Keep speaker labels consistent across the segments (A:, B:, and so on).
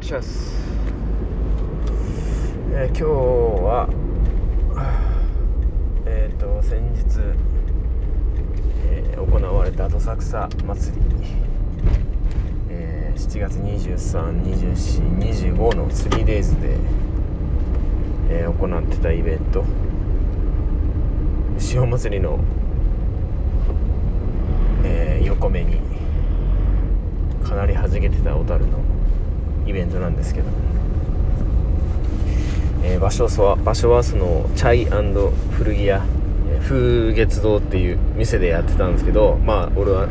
A: します、えー今日ははあえっ、と先日、えー行われたどさくさ祭り、えー7月232425の 3days で、えー行ってたイベント潮祭りの、えー横目にかなり弾けてた小樽のイベントなんですけど、えー場所は場所はそのチャイ古着屋、えー風月堂っていう店でやってたんですけどまあ俺は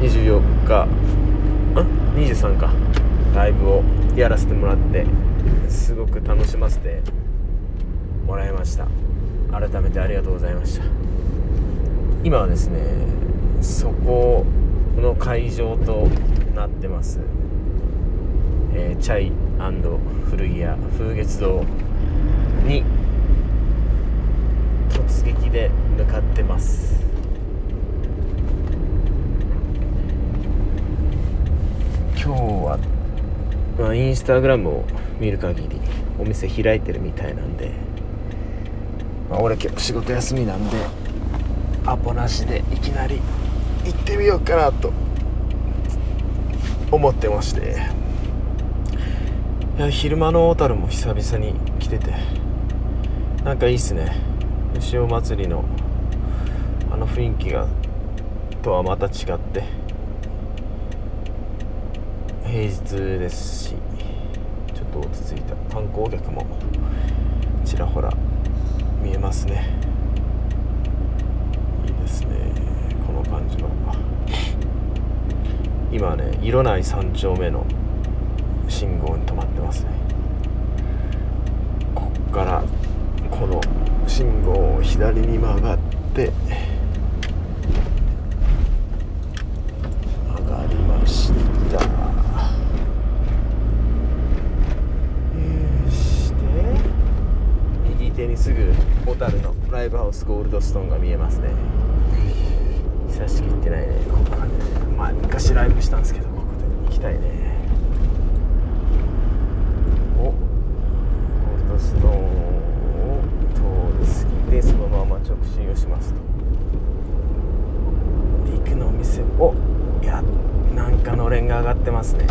A: 24日あ23かライブをやらせてもらってすごく楽しませてもらいました改めてありがとうございました今はですねそこの会場となってます、えーチャイ古着屋風月堂に突撃で向かってます今日は、まあ、インスタグラムを見る限りお店開いてるみたいなんで、まあ、俺今日仕事休みなんでアポなしでいきなり行ってみようかなと思ってましていや昼間の小樽も久々に来ててなんかいいっすね潮祭りのあの雰囲気がとはまた違って平日ですしちょっと落ち着いた観光客もちらほら見えますねいいですねこの感じは今ね色ない3丁目の信号に止まってますねこっからこの信号を左に曲がって曲がりましたえーして右手にすぐ小樽のライブハウスゴールドストーンが見えますね久しく行ってないねここはねまあ昔ライブしたんですけどここで行きたいねおゴールドストーンを通り過ぎてそのまま直進をしますと陸のお店おいやなんかのれんが上がってますね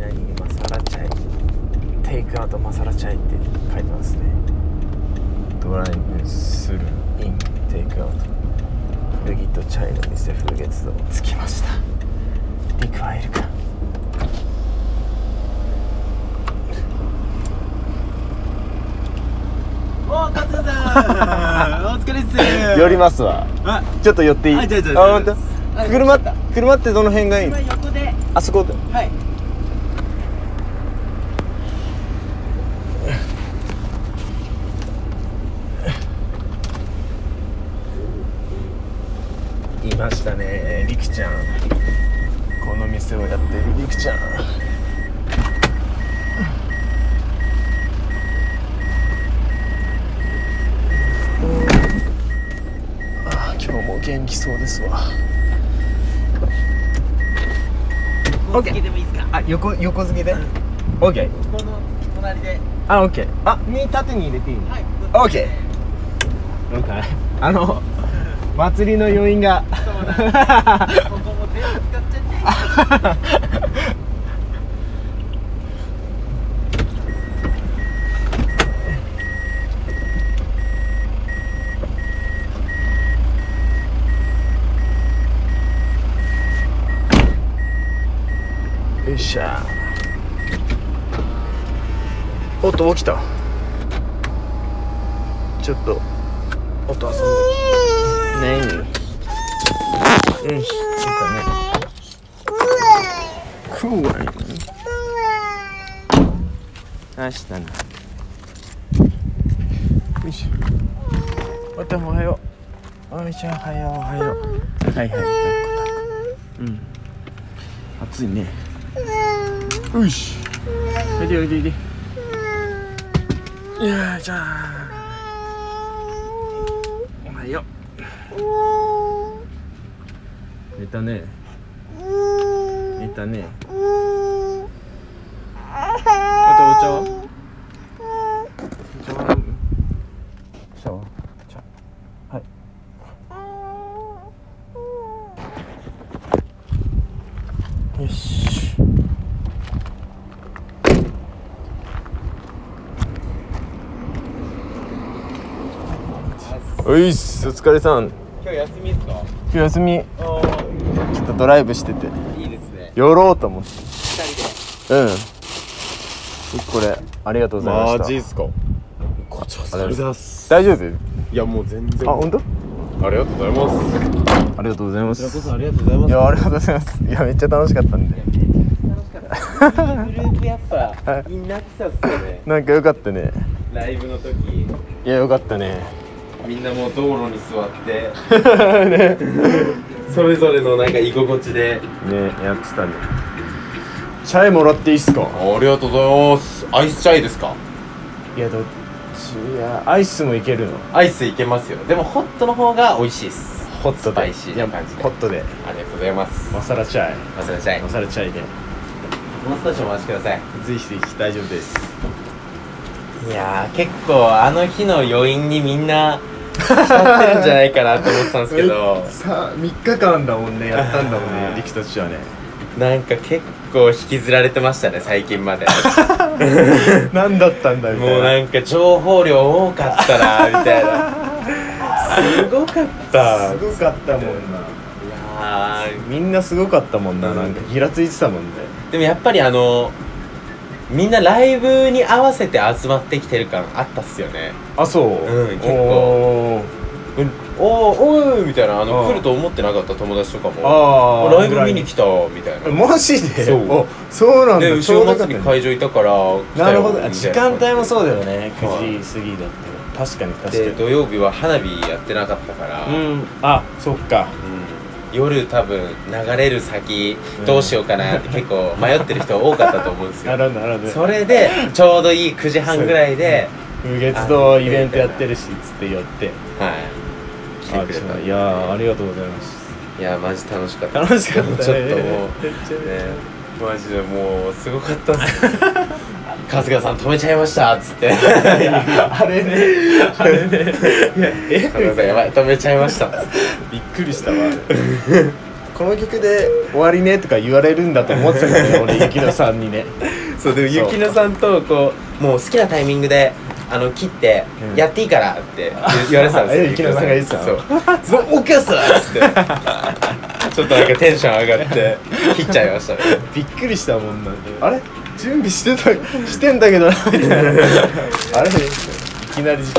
A: 何々マサラチャイテイクアウトマサラチャイって書いてますねドライブスルーインテイクアウトルギとチャイの店風月堂着きましたリクはいるか
B: おカズさんお疲れっ す
A: 寄りますわ
B: あ
A: ちょっと寄っていい
B: はいじゃあじゃあ
A: あ本
B: じゃあ
A: 当車って車ってどの辺がいいの
B: 横で
A: あそこで
B: はい
A: いましたねりくちゃんこの店をやっているりくちゃんあー今日も元気そうですわ
B: 横付けでもいいですか
A: あ横横付けで OK
B: この隣で
A: あ OK あ右縦に入れていいの
B: はい
A: オーケーなんかあの祭りの余韻が
B: そうなんでここも全部使っちゃって
A: よっしゃおっと起きたちょっとおと遊んでるねえにうんしいいかねくわいあしたなよいしょおともおはようおいしょおはようおはようはいはい抱っこ抱っこうん暑いねよしおいでおいでおいでいやーじゃあおはよう寝たね寝たね
B: お茶はお茶は飲む
A: シャワーじゃあはいよしおいっすお疲れさん
B: 今日休みですか
A: 今日休み
B: あ
A: ちょっとドライブしてて
B: あいいですね
A: 寄ろうと思って
B: 二人で
A: うんこれありがとうございました
C: マジっすかこちらさ
A: りがとうござい
C: す
A: 大丈夫
C: いやもう全然
A: あ本当
C: ありがとうございます
A: ありがとうございます
B: こちらこそありがとうございま
A: い
B: す
A: やありがとうございますいやめっちゃ楽しかったんで
B: グループやっぱみんな来たっすよね
A: なんかよかったね
B: ライブの時
A: いやよかったね
B: みんなもう道路に座って それぞれのなんか居心地で
A: ねやってたねチャイもらっていいっすか
C: ありがとうございますアイスチャイですか
A: いやどっちいやアイスもいけるの
B: アイスいけますよでもホットの方が美味しいっす
A: ホットで
B: スパイシーな感じで
A: ホットで
B: ありがとうございます
A: マサラチャイ
B: マスタチャイ
A: マ
B: マ
A: サラチャイで
B: スタチャイお待ちください
A: ぜひぜひ大丈夫です
B: いやー結構あの日の余韻にみんな浸ってるんじゃないかなと思ってたんですけど
A: さあ3日間だもんねやったんだもんね力士たちはね
B: なんか結構引きずられてましたね最近まで
A: 何だったんだみたいな
B: もうなんか情報量多かったなみたいなすごかった
A: すごかったもんない
B: やー
A: みんなすごかったもんな、
B: うん
A: なんかギラついてたもんね
B: でもやっぱりあのみんなライブに合わせて集まってきてる感あったっすよね
A: あそう
B: うん結構
A: 構
B: うんおーおーみたいなあの
A: うん
B: 来ると思ってなかった友達とかも
A: ああ
B: ライブ見に来たみたいな
A: マジで
B: そう
A: おそうなんだ
B: で
A: ちょ
B: 後
A: うど
B: ろ
A: よかっ
B: 祭
A: た
B: り
A: ね
B: 会場いたから来た
A: な
B: よ
A: るほどあ
B: み
A: 時
B: たいな
A: 間帯もそうだよね
B: は
A: 9
B: い
A: 時過ぎだって確かに
B: で
A: 確かに
B: 土曜日は花火やってなかったから、うん
A: うんあそっか
B: 夜多分流れる先どうしようかなって結構迷ってる人多かったと思うんです
A: な
B: よ
A: るほどなるほど
B: それでちょうどいい9時半ぐらいで、
A: 風月堂イベントやってるしつって寄って
B: はい、来て
A: あ
B: くれた
A: いやーありがとうございます
B: いやマジ楽しかった
A: 楽しかったね
B: ちょっともう
A: めっちゃね
B: ねマジでもうすごかったっ す春日さん止めちゃいましたっつって春
A: いやあれねあれねいやえ
B: 日さんやばい止めちゃいましたっつって
A: びっくりしたわこの曲で終わりねとか言われるんだと思ってたからね俺雪乃さんにね
B: そうでも
A: そう
B: ゆきのさんとこうもう好きなタイミングであの切って、
A: うん
B: やっていいからって言われてたんです
A: えゆきのさんが言ってたの
B: そう「そうお母さん!」っ つってちょっとなんかテンション上がって切っちゃいましたね
A: びっくりしたもんなんで あれ準備してた してんだけどなみたいなあれいきなり時間来たみたいな受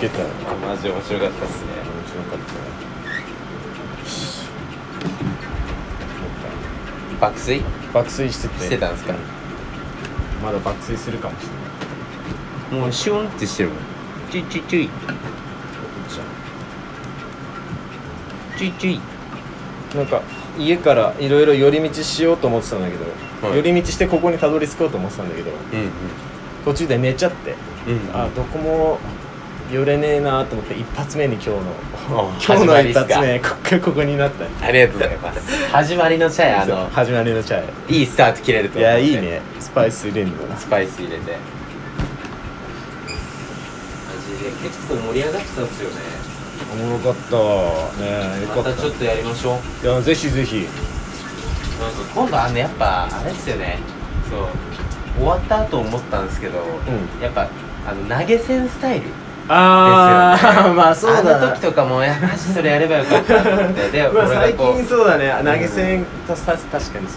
A: けた面
B: マジ面白かったっすね
A: 白かっ
B: 爆睡
A: た爆睡してて
B: してたんですか
A: まだ爆睡するかもしれない
B: もうシュンってしてるもんチュイチュイチュイチュイチュイ
A: なんか家からいろいろ寄り道しようと思ってたんだけど、
B: はい
A: 寄り道してここにたどり着こうと思ってたんだけど
B: うん
A: 途中で寝ちゃって
B: うんうん
A: あどこも寄れねえなと思って一発目に今日の今
B: 始
A: 日の
B: まりっ
A: 一
B: すか
A: 発目こっからここになった
B: ありがとうございます始まりのチャイあの
A: 始まりのチャイ
B: いいスタート切れると
A: い
B: 思う
A: や
B: んで
A: いいねスパイス入れるの
B: スパイス入れてマジで結構盛り上がってたんですよね
A: おもろかったわねえよか
B: ま
A: った
B: たちょっとやりましょう
A: いやぜひぜひ
B: なんか今度あのやっぱあれっすよねそう終わったと思ったんですけど、
A: う
B: やっぱあの投げ銭スタイル
A: あ
B: ですよ
A: あ、
B: ね
A: まあそうだ
B: あの時とかもやマジそれやればよかったと思ってで
A: まあ
B: 俺が
A: 最
B: こ
A: 近
B: う
A: そうだね投げ銭たた確かにそうだね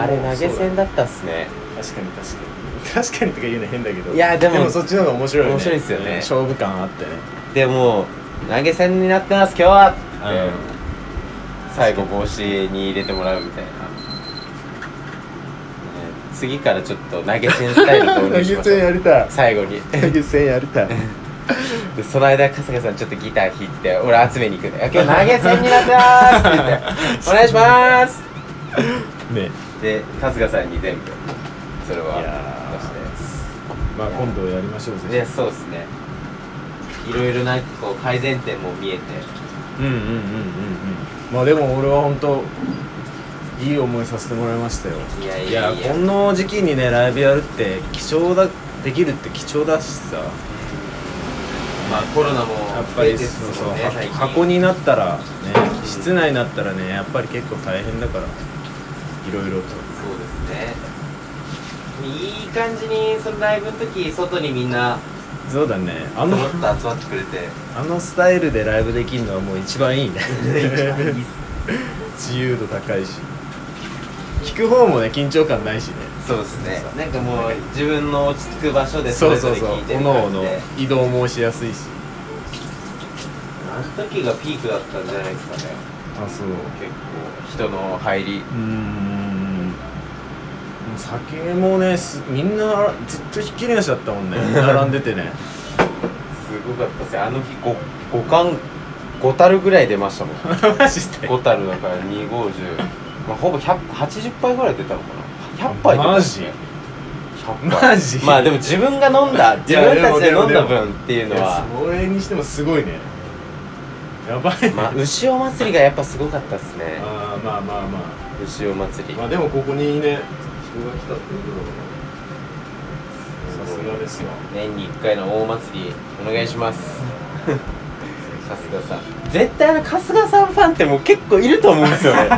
B: あれ
A: 俺も
B: 投
A: そ
B: げ
A: うだ
B: 銭だったっすね
A: 確かに確かに確かにとか言うの変だけど
B: いやでも
A: そっちの方が面白いよね
B: 面白いっすよね
A: うん勝負感あってね
B: でもう投げ銭になってます今日はって
A: うん
B: 最後帽子に入れてもらうみたいな、ね次からちょっと投げ銭スタイル導入 しましょう
A: りたい
B: 最後に
A: 投げ銭やりたい
B: でその間春日さんちょっとギター弾いて俺集めに行 くんで「今日投げ銭になってます」って言って「お願いします
A: ね」
B: で春日さんに全部それはい
A: やー
B: 出して
A: まあ今度やりましょう
B: で
A: ぜ
B: そうですねいろいろなんかこう改善点も見えて
A: ひうんうんうんうんうんまあでも俺は本当いい思いさせてもらいましたよ
B: いや
A: い
B: い
A: や
B: や
A: い
B: い
A: や
B: や
A: この時期にねライブやるって貴重だできるって貴重だしさ
B: まあコロナも
A: やっぱり
B: 増えてるっす
A: そう
B: も
A: そ
B: ん
A: う、
B: ね最近
A: 箱になったらね室内になったらねやっぱり結構大変だからいろいろと
B: そうですねいい感じにそのライブの時外にみんな
A: そうだねあ
B: そ
A: の
B: ろっと集まってくれ て
A: あのスタイルでライブできるのはもう一番 いいね
B: 一番いいっす
A: 自由度高いし聞く方もね緊張感ないしね
B: そうですねなんかもう自分の落ち着く場所でそ
A: そ
B: れ
A: うそ
B: ぞ
A: う
B: れ
A: そう
B: 聞いて
A: お
B: る
A: のお
B: 感じ
A: の
B: で
A: 移動もしやすいし
B: あの時がピークだったんじゃないですかね
A: あそう
B: 結構人の入り
A: うーん酒もねすみんなずっとひっきりなしだったもんね並んでて ね
B: すごかったですねあの日 5, 5巻5樽ぐらい出ましたもん
A: マジで
B: 5樽だから250、まあ、ほぼ100 80杯ぐらい出たのかな100杯出たんですね100杯
A: マジ
B: まあでも自分が飲んだ自分たちで飲んだ分っていう
A: い
B: の
A: や
B: は
A: それにしてもすごいねやばいね、
B: まあ牛尾祭りがやっぱすごかったですね
A: あーまあまあまあ
B: 牛尾祭り
A: まあでもここにね人が来たってことだからさすがですわ
B: 年に1回の大祭りお願いします 春日さん絶対あの春日さんファンってもう結構いると思うんですよ ね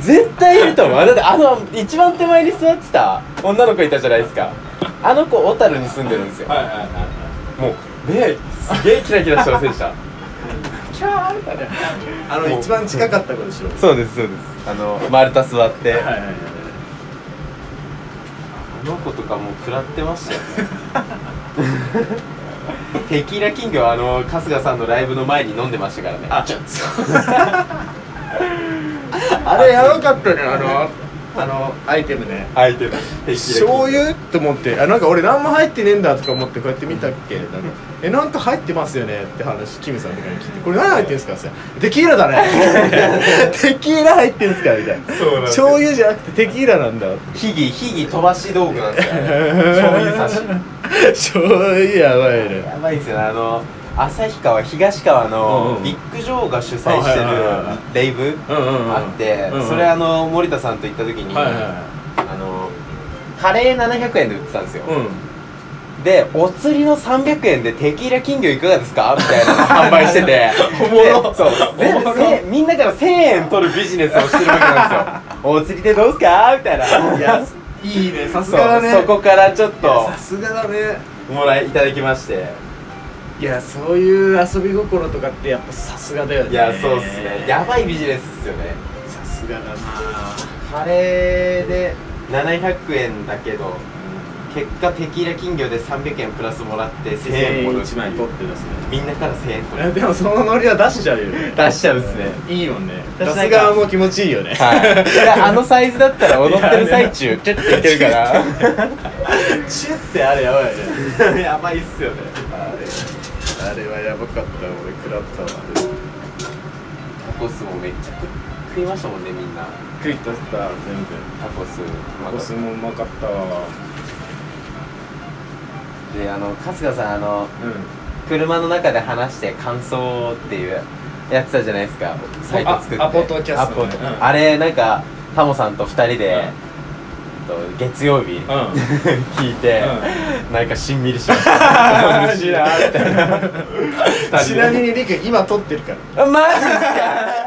B: 絶対いると思うだってあの一番手前に座ってた女の子いたじゃないですかあの子小樽に住んでるんですよ
A: はいはいはいはい
B: もう目すげえキラキラしてませんでした キャーみたいな
A: あの一番近かった子でしょ
B: そうですそうですあの丸太座って
A: はいはいはい
B: あの子とかもう食らってま したよねテキーラキングはあの春日さんのライブの前に飲んでましたからね
A: ああれやばかったねあのあのアイテムね
B: アイテムテキーラキング
A: 醤油と思ってあなんか俺何も入ってねえんだとか思ってこうやって見たっけなんかえなんか入ってますよねって話キムさんとかに聞いてこれ何入ってんすかってテキーラだね テキーラ入ってんすかみたいな
C: そうなんですよ
A: 醤油じゃなくてテキーラなんだ
B: 秘技秘技飛ばし道具なん ですよあれ醤油差し
A: 醤油やばいね
B: やばいですよねあの旭川東川
A: うん
B: の
A: うん
B: ビッグジョーが主催して
A: は
B: る
A: いはいはいは
B: ライブ
A: うんうんうん
B: あって
A: うんうん
B: それあの森田さんと行った時に
A: はいはい
B: あのカレー700円で売ってたんですよ
A: はいうん
B: でお釣りの300円でテキーラ金魚いかがですかみたいなの販売してて
A: おもろ
B: でそうで
A: おもろ
B: せみんなから1000円取るビジネスをしてるわけなん ですよお釣りでどうすかみたいない
A: やいいねさす
B: そ
A: がだ
B: う
A: ね
B: そこからちょっ
A: いや
B: と
A: さすがだね
B: もらいいただきまして
A: いやそういう遊び心とかってやっぱさすがだよね
B: いやそうっすねやばいビジネスっすよね
A: さすがだな
B: カレーで700円だけど結果テキーラ金魚で300円プラスもらって1000円もら
A: 1枚取ってですね
B: みんなから1000円取
A: え
B: る
A: でもそのノリは出しちゃうよね
B: 出しちゃうっすね
A: いいよね
B: 出
A: 出
B: しない
A: す
B: か
A: 側も気持ちいいよね
B: はい、であのサイズだったら踊ってる最中ちょっといけるから
A: チュッてあ れやばいね
B: やばいっすよね
A: あれあれはやばかった俺食らったわ
B: タコスもめっちゃ食いましたもんねみんな
A: 食いとった全部
B: タコス
A: タコスもうまかったわ
B: であの春日さんあの
A: うん
B: 車の中で話して感想っていうやってたじゃないですかサイト作って
A: あアポトキャストね
B: アポ
A: うん
B: あれなんかタモさんと2人で、えっと月曜日、 聞いて、なんかしんみりしました 嬉しいなって
A: ちなみにりくん今撮ってるから
B: マジっすか